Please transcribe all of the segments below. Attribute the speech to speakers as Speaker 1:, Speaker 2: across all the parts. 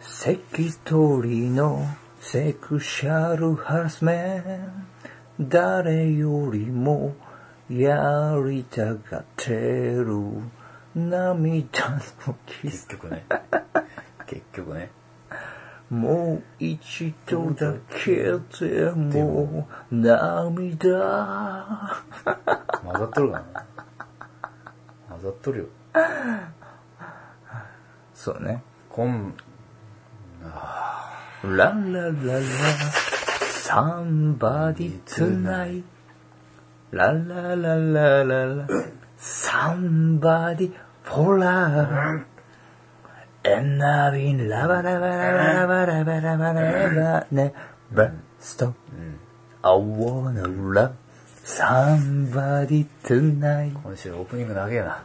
Speaker 1: 関取のセクシャルハラスメント誰よりもやりたがってる涙のキス
Speaker 2: 結局ね。結局ね。
Speaker 1: もう一度だけでも涙
Speaker 2: 混ざっとるかな。混ざっとるよ。
Speaker 1: そうね
Speaker 2: こん、
Speaker 1: ララララ Somebody tonight ララララララ Somebody for love And I've been ラバラバラバラバラバラバラバラね Best I wanna love somebody tonight
Speaker 2: 今週オープニング長えな。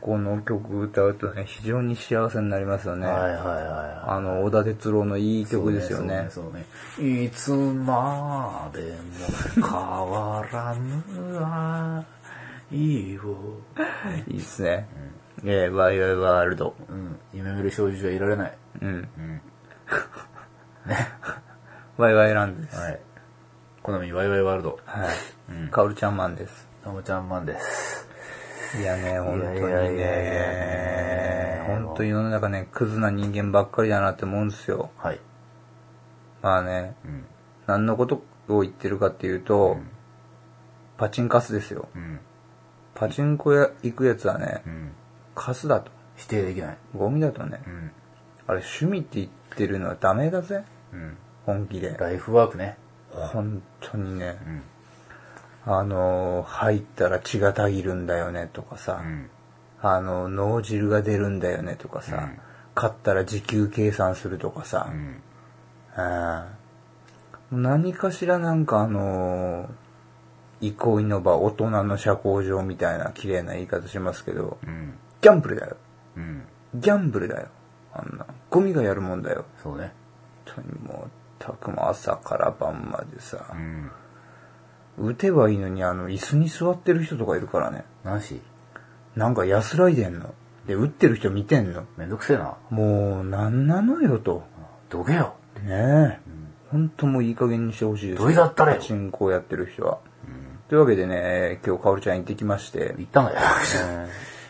Speaker 1: この曲歌うとね非常に幸せになりますよね
Speaker 2: はいはいはい。
Speaker 1: あの小田哲郎のいい曲ですよね
Speaker 2: そうね。そうねいつまでも変わらぬ愛を。
Speaker 1: いいっすね。えー、ワイワイワールド。
Speaker 2: うん。夢見る少女じゃいられない。
Speaker 1: うん。
Speaker 2: うん。
Speaker 1: ワイワイランドです。は。
Speaker 2: はいい。好みワイワイワールド。うん
Speaker 1: カオルちゃんマンです。
Speaker 2: たもちゃんマンです。
Speaker 1: いやね、本当に
Speaker 2: いやいやいやい
Speaker 1: ね
Speaker 2: や。
Speaker 1: 本当に世の中ね、クズな人間ばっかりだなって思うんですよ。
Speaker 2: はい。
Speaker 1: まあね、
Speaker 2: うん。
Speaker 1: 何のことを言ってるかっていうと、パチンカスですよ。
Speaker 2: うん。
Speaker 1: パチンコ屋行くやつはね
Speaker 2: う、ん。
Speaker 1: カスだと。
Speaker 2: 否定できない。
Speaker 1: ゴミだとね
Speaker 2: う、ん。
Speaker 1: あれ趣味って言ってるのはダメだぜ。
Speaker 2: うん。
Speaker 1: 本気で。
Speaker 2: ライフワークね。
Speaker 1: 本当にね。
Speaker 2: うん。
Speaker 1: あの、入ったら血がたぎるんだよねとかさ、
Speaker 2: うん。
Speaker 1: あの、脳汁が出るんだよねとかさ、
Speaker 2: うん
Speaker 1: 勝ったら時給計算するとかさ
Speaker 2: う、ん。
Speaker 1: うん何かしらなんかあの、憩いの場、大人の社交場みたいな綺麗な言い方しますけど、
Speaker 2: うん。
Speaker 1: ギャンブルだよ。
Speaker 2: うん。
Speaker 1: ギャンブルだよ。あんな。ゴミがやるもんだよ。
Speaker 2: そうね。
Speaker 1: 本当にもう、たくも朝から晩まで
Speaker 2: う
Speaker 1: さ、
Speaker 2: ん。
Speaker 1: 打てばいいのにあの、椅子に座ってる人とかいるからね。
Speaker 2: なし
Speaker 1: なんか安らいでんの。で、打ってる人見てんの。
Speaker 2: めんどくせえな。
Speaker 1: もう、なんなのよと。
Speaker 2: どけよ。
Speaker 1: ねえ。ほんともういい加減にしてほしいです。
Speaker 2: どいだったらよ
Speaker 1: パチンコやってる人は。
Speaker 2: うん。
Speaker 1: というわけでね、今日かおるちゃん行ってきまして、
Speaker 2: 行ったんだよ。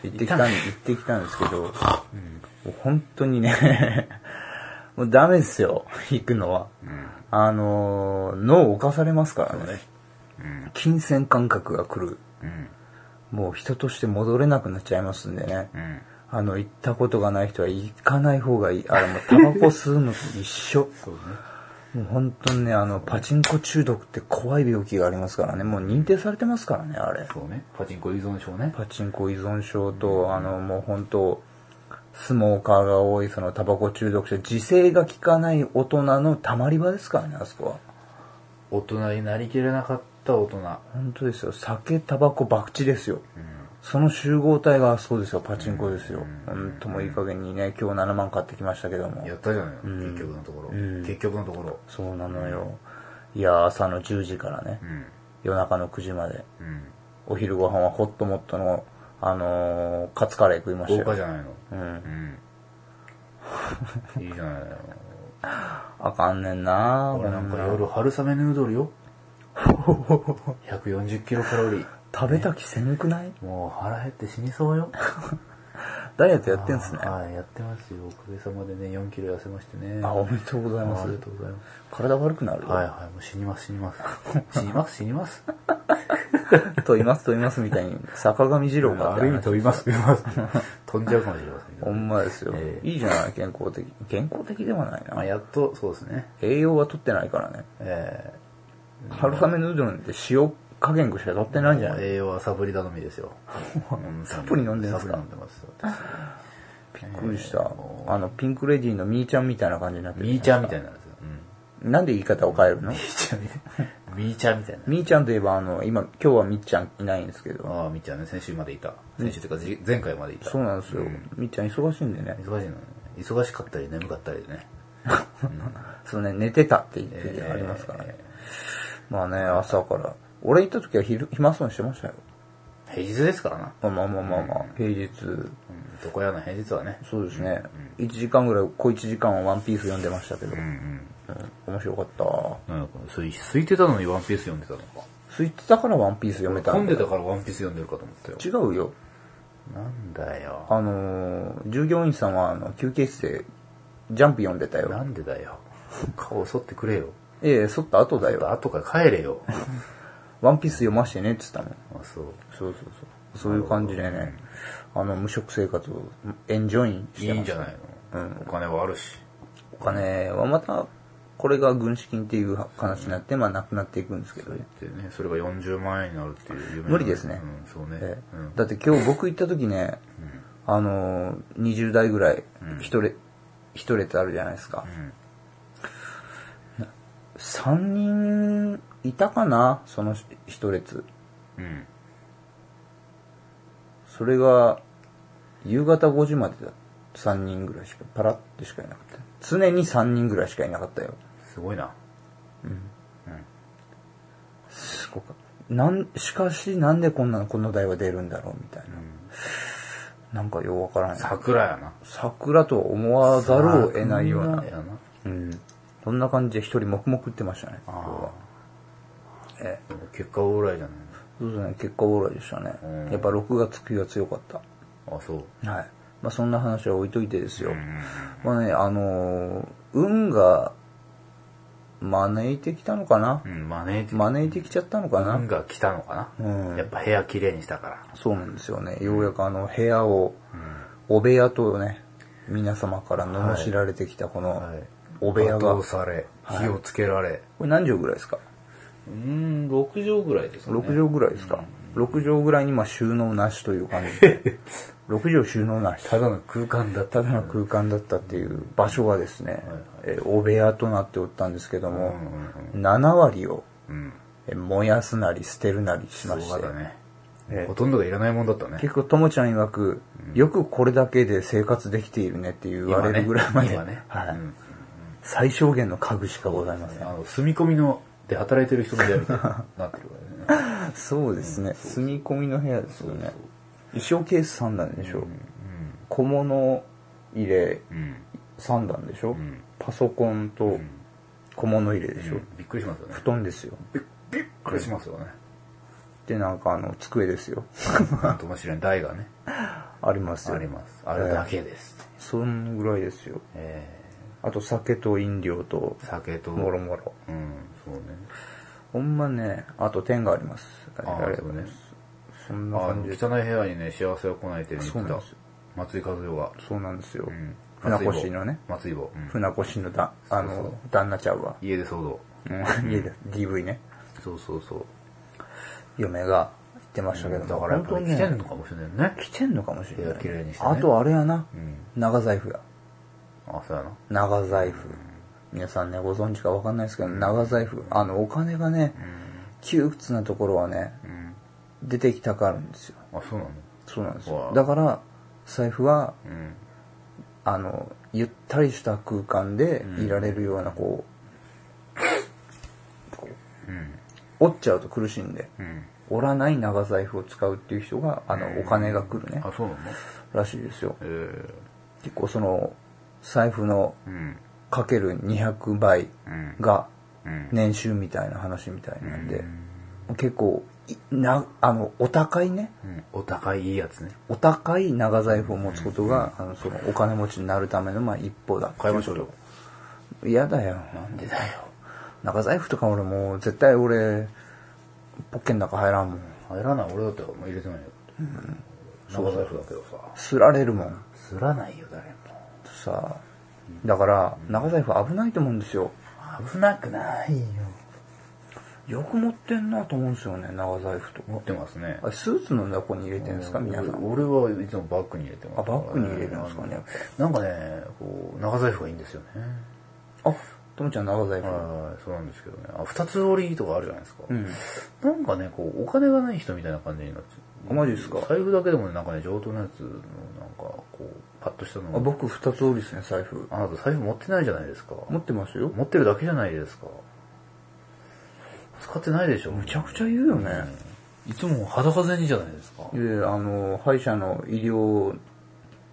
Speaker 1: 行ってきたん、行ってきたんですけど、もう本当にね、 もうダメですよ、行くのは。
Speaker 2: うん。
Speaker 1: あのー、脳を犯されますから
Speaker 2: そう
Speaker 1: ね。
Speaker 2: ね。うん。
Speaker 1: 金銭感覚が来る。
Speaker 2: うん。
Speaker 1: もう人として戻れなくなっちゃいますんでね。
Speaker 2: うん。
Speaker 1: あの、行ったことがない人は行かない方がいい。あれもうタバコ吸うのと一緒。
Speaker 2: そうね。
Speaker 1: もう本当にね、あの、パチンコ中毒って怖い病気がありますからね。もう認定されてますからね、あれ。
Speaker 2: そうね。パチンコ依存症ね。
Speaker 1: パチンコ依存症と、あの、もう本当、スモーカーが多い、そのタバコ中毒者、自制が効かない大人のたまり場ですからね、あそこは。
Speaker 2: 大人になりきれなかった大人。う
Speaker 1: 本当ですよ。酒、タバコ、博打ですよ。
Speaker 2: ん。
Speaker 1: その集合体がそうですよ、パチンコですよ。本当もういい加減にね、今日7万買ってきましたけども。
Speaker 2: やったじゃないの、結局のところ、
Speaker 1: ん
Speaker 2: 結局のところ
Speaker 1: そうなのよ。いや、朝の10時からね
Speaker 2: う、ん
Speaker 1: 夜中の9時まで、
Speaker 2: うん
Speaker 1: お昼ご飯はホットモットの、あのーカツカレー食いまし
Speaker 2: 豪
Speaker 1: た
Speaker 2: 華
Speaker 1: よ。
Speaker 2: じゃないの
Speaker 1: うん。
Speaker 2: うんいいじゃない の
Speaker 1: あかんねんな
Speaker 2: 俺なんか夜春雨ヌード ルよ140キロカロリー
Speaker 1: 食べた気せんくない
Speaker 2: もう腹減って死にそうよ
Speaker 1: ダイエットやってんすね。あ
Speaker 2: はいやってますよおかげさまでね4キロ痩せましてね
Speaker 1: おめでとうございま
Speaker 2: あり
Speaker 1: す
Speaker 2: が。とうございます
Speaker 1: 体悪くなるよ。
Speaker 2: はいはいもう死にます死にます 死にます死にます
Speaker 1: と言いますと言いますみたいに、坂上二郎かっ
Speaker 2: あ
Speaker 1: て
Speaker 2: る意
Speaker 1: 話
Speaker 2: 味飛びます飛びます飛んじゃうかもしれませんけ
Speaker 1: ほ
Speaker 2: ど、
Speaker 1: んまですよ
Speaker 2: え。え
Speaker 1: いいじゃない、健康的。健康的ではない
Speaker 2: まあ、
Speaker 1: な。
Speaker 2: やっとそうですね
Speaker 1: 栄養は取ってないからね。
Speaker 2: え
Speaker 1: 春雨ヌードルなんて塩加減しか取ってないんじゃない
Speaker 2: 栄養はサプリ頼みですよ。
Speaker 1: サプリ飲んでんすか
Speaker 2: サプリ飲んでますよ。
Speaker 1: びっくりした。あの、ピンクレディーのみーちゃんみたいな感じになってる。
Speaker 2: みーちゃんみたいなんですよ。
Speaker 1: なんで言い方を変えるの
Speaker 2: みーちゃんみたいな。みーちゃんみたいな。
Speaker 1: みーちゃんといえば、あの、今、今日はみっちゃんいないんですけど、
Speaker 2: ああ、みーちゃんね、先週までいた。先週というか、じ前回までいた。
Speaker 1: そうなんですよ。みっちゃん忙しいんでね。
Speaker 2: 忙しいのね。忙しかったり眠かったりでね。
Speaker 1: そうね、寝てたって言っててありますからね。まあね、朝から。俺行った時は昼、暇そうにしてましたよ。
Speaker 2: え平日ですからな。
Speaker 1: まあまあまあまあまあ、平日。
Speaker 2: うん、床屋の平日はね。
Speaker 1: そうですね。1時間ぐらい、小1時間はワンピース読んでましたけど。
Speaker 2: うん
Speaker 1: 面白かった。
Speaker 2: うん。なんか、それ、空いてたのにワンピース読んでたのか。
Speaker 1: 空いてたからワンピース読めた
Speaker 2: 混ん
Speaker 1: ん
Speaker 2: で
Speaker 1: で。
Speaker 2: たからワンピース読んでるかと思ったよ。
Speaker 1: 違うよ。
Speaker 2: なんだよ。
Speaker 1: あのー従業員さんはあの休憩室でジャンプ読んでた
Speaker 2: な
Speaker 1: よ。
Speaker 2: んでだよ。顔剃ってくれよ。
Speaker 1: ええ、そった後だよ。
Speaker 2: 後から帰れ よ。あ、
Speaker 1: ワンピース読ましてねって言ったもん。
Speaker 2: そう。
Speaker 1: そうそうそう。そういう感じでね、あの、無職生活をエンジョイして
Speaker 2: いいん
Speaker 1: ます。
Speaker 2: じゃないの、お金はあるし。
Speaker 1: お金はまた、これが軍資金っていう話になって、まあ、なくなっていくんですけどね。
Speaker 2: でね、それが40万円になるっていう夢の
Speaker 1: 無理ですね
Speaker 2: うん、そうね。
Speaker 1: ええ
Speaker 2: うん
Speaker 1: だって今日僕行った時ね、あのー、20代ぐらい、一人、一人ってあるじゃないですか。
Speaker 2: うん
Speaker 1: 3人いたかなその一列。
Speaker 2: うん。
Speaker 1: それが、夕方5時までだ。3人ぐらいしか、パラッとしかいなかった。常に3人ぐらいしかいなかったよ。
Speaker 2: すごいな。
Speaker 1: すごかったなん、しかしなんでこんな、この台は出るんだろうみたいな。なんかようわからない。
Speaker 2: 桜やな。
Speaker 1: 桜とは思わざるを得ないような
Speaker 2: 桜。やな。
Speaker 1: うん。そんな感じで一人黙々ってましたね。
Speaker 2: あ
Speaker 1: 今日はええ
Speaker 2: でも結果オーライじゃない
Speaker 1: そうですね、結果オーライでしたね
Speaker 2: うん。
Speaker 1: やっぱ6月9が強かった。
Speaker 2: の。あ、そう。
Speaker 1: はい。まあそんな話は置いといてですよ。
Speaker 2: うん。
Speaker 1: まあね、あのー運が招いてきたのかな、
Speaker 2: うん、マネージ
Speaker 1: 招いてきちゃったのかな、
Speaker 2: ンが来たのかな、
Speaker 1: うん
Speaker 2: やっぱ部屋きれいにしたから。
Speaker 1: そうなんですよね。ようやくあの部屋を、お部屋とね、皆様から罵られてきたこの
Speaker 2: はい
Speaker 1: お部屋が、
Speaker 2: 罵倒され、火をつけられ。
Speaker 1: これ何畳ぐらいですか
Speaker 2: うん、6畳ぐらいですかね。
Speaker 1: 6畳ぐらいですか、?6 畳ぐらいにまあ収納なしという 感じで。6畳収納なし。
Speaker 2: ただの空間だった
Speaker 1: ただの空間だったっていう場所がですね、えーお部屋となっておったんですけども、7割を
Speaker 2: うん。
Speaker 1: えー燃やすなり捨てるなりしまし
Speaker 2: そう
Speaker 1: て、
Speaker 2: だね、
Speaker 1: ええ
Speaker 2: ほとんどがいらないもんだったね。
Speaker 1: 結構ともちゃん曰く、よくこれだけで生活できているねって言われるぐらいまで、
Speaker 2: 今ね今ね
Speaker 1: はい
Speaker 2: ん
Speaker 1: 最小限の家具しかございません。
Speaker 2: あの、住み込みの、で働いてる人の部屋みたいになってるからね。
Speaker 1: そうですね、住み込みの部屋ですよね。衣装ケース3段でしょ、小物入れ
Speaker 2: うん。
Speaker 1: 3段でしょ、
Speaker 2: ん
Speaker 1: パソコンと小物入れでしょ、
Speaker 2: びっくりしますよね。
Speaker 1: 布団ですよ。
Speaker 2: びびっくりしますよね。
Speaker 1: で、なんかあの、机ですよ。
Speaker 2: なんともしれん台がね、
Speaker 1: ありますよ。
Speaker 2: あります。あれだけです。
Speaker 1: そんぐらいですよ。
Speaker 2: え
Speaker 1: あと酒と飲料と
Speaker 2: え、酒と、
Speaker 1: もろもろ。
Speaker 2: うん、そうね。
Speaker 1: ほんまね、あと点があります。あ
Speaker 2: あ
Speaker 1: れ
Speaker 2: そうね
Speaker 1: そんな
Speaker 2: あの
Speaker 1: 感じです。
Speaker 2: 汚い部屋にね、幸せは来ないって言って
Speaker 1: そうなん
Speaker 2: た
Speaker 1: ですよ。
Speaker 2: 松井和代が。
Speaker 1: そうなんですよ。
Speaker 2: うん
Speaker 1: 船越のね、
Speaker 2: 松井坊。うん
Speaker 1: 船越のだ、あ
Speaker 2: そうそ
Speaker 1: の、旦那ちゃうわ。
Speaker 2: 家で騒動。
Speaker 1: うん家で、DV ね。
Speaker 2: そうそうそう。
Speaker 1: 嫁が言ってましたけど、
Speaker 2: だからやっぱり来てんのかもしれないね。
Speaker 1: 来てんのかもしれない
Speaker 2: 部屋綺麗にしてね
Speaker 1: あとあれやな
Speaker 2: うん。
Speaker 1: 長財布や。
Speaker 2: あ、そうやな。
Speaker 1: 長財布。皆さんね、ご存知かわかんないですけど、長財布。あの、お金がね、窮屈なところはね、
Speaker 2: うん。
Speaker 1: 出てきたかるんですよ。
Speaker 2: あ、そうなの
Speaker 1: そうなんです
Speaker 2: わ
Speaker 1: よ
Speaker 2: あ。
Speaker 1: だから、財布は、
Speaker 2: うん。
Speaker 1: あの、ゆったりした空間でいられるような、こう、こ
Speaker 2: うん。
Speaker 1: う折っちゃうと苦しいんで、
Speaker 2: うん。
Speaker 1: 折らない長財布を使うっていう人が、あの、お金が来るね
Speaker 2: あ、、そうなの
Speaker 1: らしいですよ
Speaker 2: え。ー
Speaker 1: 結構その、財布の
Speaker 2: うん。
Speaker 1: かける200倍
Speaker 2: うん。
Speaker 1: が
Speaker 2: うん。
Speaker 1: 年収みたいな話みたいなんで、結構、いな、あの、お高いね、
Speaker 2: うん。お高いいいやつね。
Speaker 1: お高い長財布を持つことが、あの、その、お金持ちになるための、まあ、一歩だ。
Speaker 2: 買いましょうよ。
Speaker 1: 嫌だよ。
Speaker 2: なんでだよ。
Speaker 1: 長財布とか俺もう、絶対俺、ポッケの中入らんもん。
Speaker 2: 入らない俺だってもう入れてないよ。長財布だけどさ。
Speaker 1: すられるもん。
Speaker 2: すらないよ、誰も。
Speaker 1: さあ、だから、長財布危ないと思うんですよ。
Speaker 2: 危なくないよ。
Speaker 1: よく持ってんなと思うんですよね、長財布と
Speaker 2: 持ってますね。
Speaker 1: あスーツの中に入れてるんですか、皆さん。
Speaker 2: 俺俺はいつもバッグに入れてます。
Speaker 1: あ、バッグに入れるんですかね。
Speaker 2: なんかね、こう、長財布がいいんですよね。
Speaker 1: あ、ともちゃん長財布。
Speaker 2: はい、そうなんですけどね。あ、二つ折りとかあるじゃないですか。
Speaker 1: うん。
Speaker 2: なんかね、こう、お金がない人みたいな感じになっちゃ
Speaker 1: あ
Speaker 2: う。
Speaker 1: マジですか
Speaker 2: 財布だけでもね、なんかね、上等なやつの、なんか、こう、パッとしたの
Speaker 1: あ
Speaker 2: が。
Speaker 1: 僕二つ折りですね、財布。
Speaker 2: あなた財布持ってないじゃないですか。
Speaker 1: 持ってますよ。
Speaker 2: 持ってるだけじゃないですか。使ってないでしょ。
Speaker 1: むちゃくちゃ言うよね。
Speaker 2: うんいつも裸銭じゃないですか。
Speaker 1: いやあの、歯医者の医療、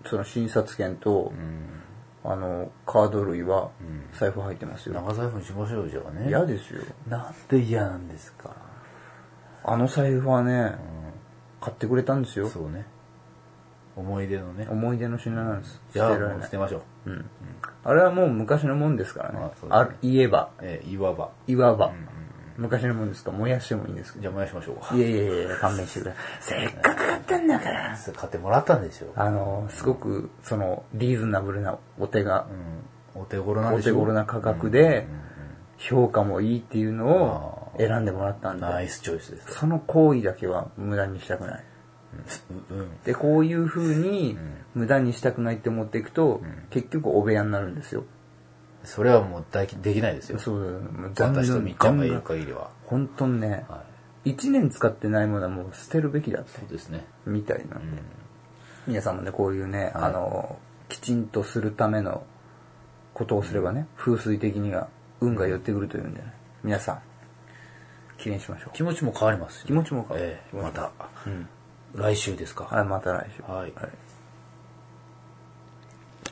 Speaker 1: その診察券と、あの、カード類は、財布入ってますよ。
Speaker 2: 長財布にしましょうよじゃあね。
Speaker 1: 嫌ですよ。
Speaker 2: なんで嫌なんですか。
Speaker 1: あの財布はね、買ってくれたんですよ。
Speaker 2: そうね。思い出のね。
Speaker 1: 思い出の品なんです。
Speaker 2: じゃあ、もう捨てましょう。
Speaker 1: うん。あれはもう昔のもんですからね。
Speaker 2: あそうですね
Speaker 1: ある言えば、
Speaker 2: えーいわば。
Speaker 1: いわば、昔のもんですから、燃やしてもいいんですけ
Speaker 2: じゃあ燃やしましょうか
Speaker 1: ど。い。やいやいや、勘弁してください。せっかく買ったんだから。
Speaker 2: 買ってもらったんでしょう。
Speaker 1: あの、すごく、その、リーズナブルなお手が、
Speaker 2: うん。お手頃なん
Speaker 1: お
Speaker 2: でし
Speaker 1: 手
Speaker 2: ょう。
Speaker 1: 頃な価格で、評価もいいっていうのを
Speaker 2: あー
Speaker 1: 選んでもらったんで、
Speaker 2: ナイスチョイスです。
Speaker 1: その行為だけは無駄にしたくない。
Speaker 2: うん。うん
Speaker 1: で、こういう風に無駄にしたくないって思っていくと、結局お部屋になるんですよ。
Speaker 2: それはもうだきできないですよ。
Speaker 1: そうだよね。もう
Speaker 2: 私とみっちゃんがいる
Speaker 1: ガンガン
Speaker 2: 限りは。
Speaker 1: 本当にね、
Speaker 2: は
Speaker 1: 一年使ってないものはもう捨てるべきだって
Speaker 2: い。、そうですね。
Speaker 1: みたいなんで。皆さんもね、こういうね、あの、きちんとするためのことをすればね、風水的には運が寄ってくるというんでね、皆さん、綺麗にしましょう。
Speaker 2: 気持ちも変わりますし
Speaker 1: 気持ちも変わる
Speaker 2: ええ
Speaker 1: 気持ちも
Speaker 2: また、
Speaker 1: うん
Speaker 2: 来週ですか。
Speaker 1: はい、また来週。
Speaker 2: はい
Speaker 1: はい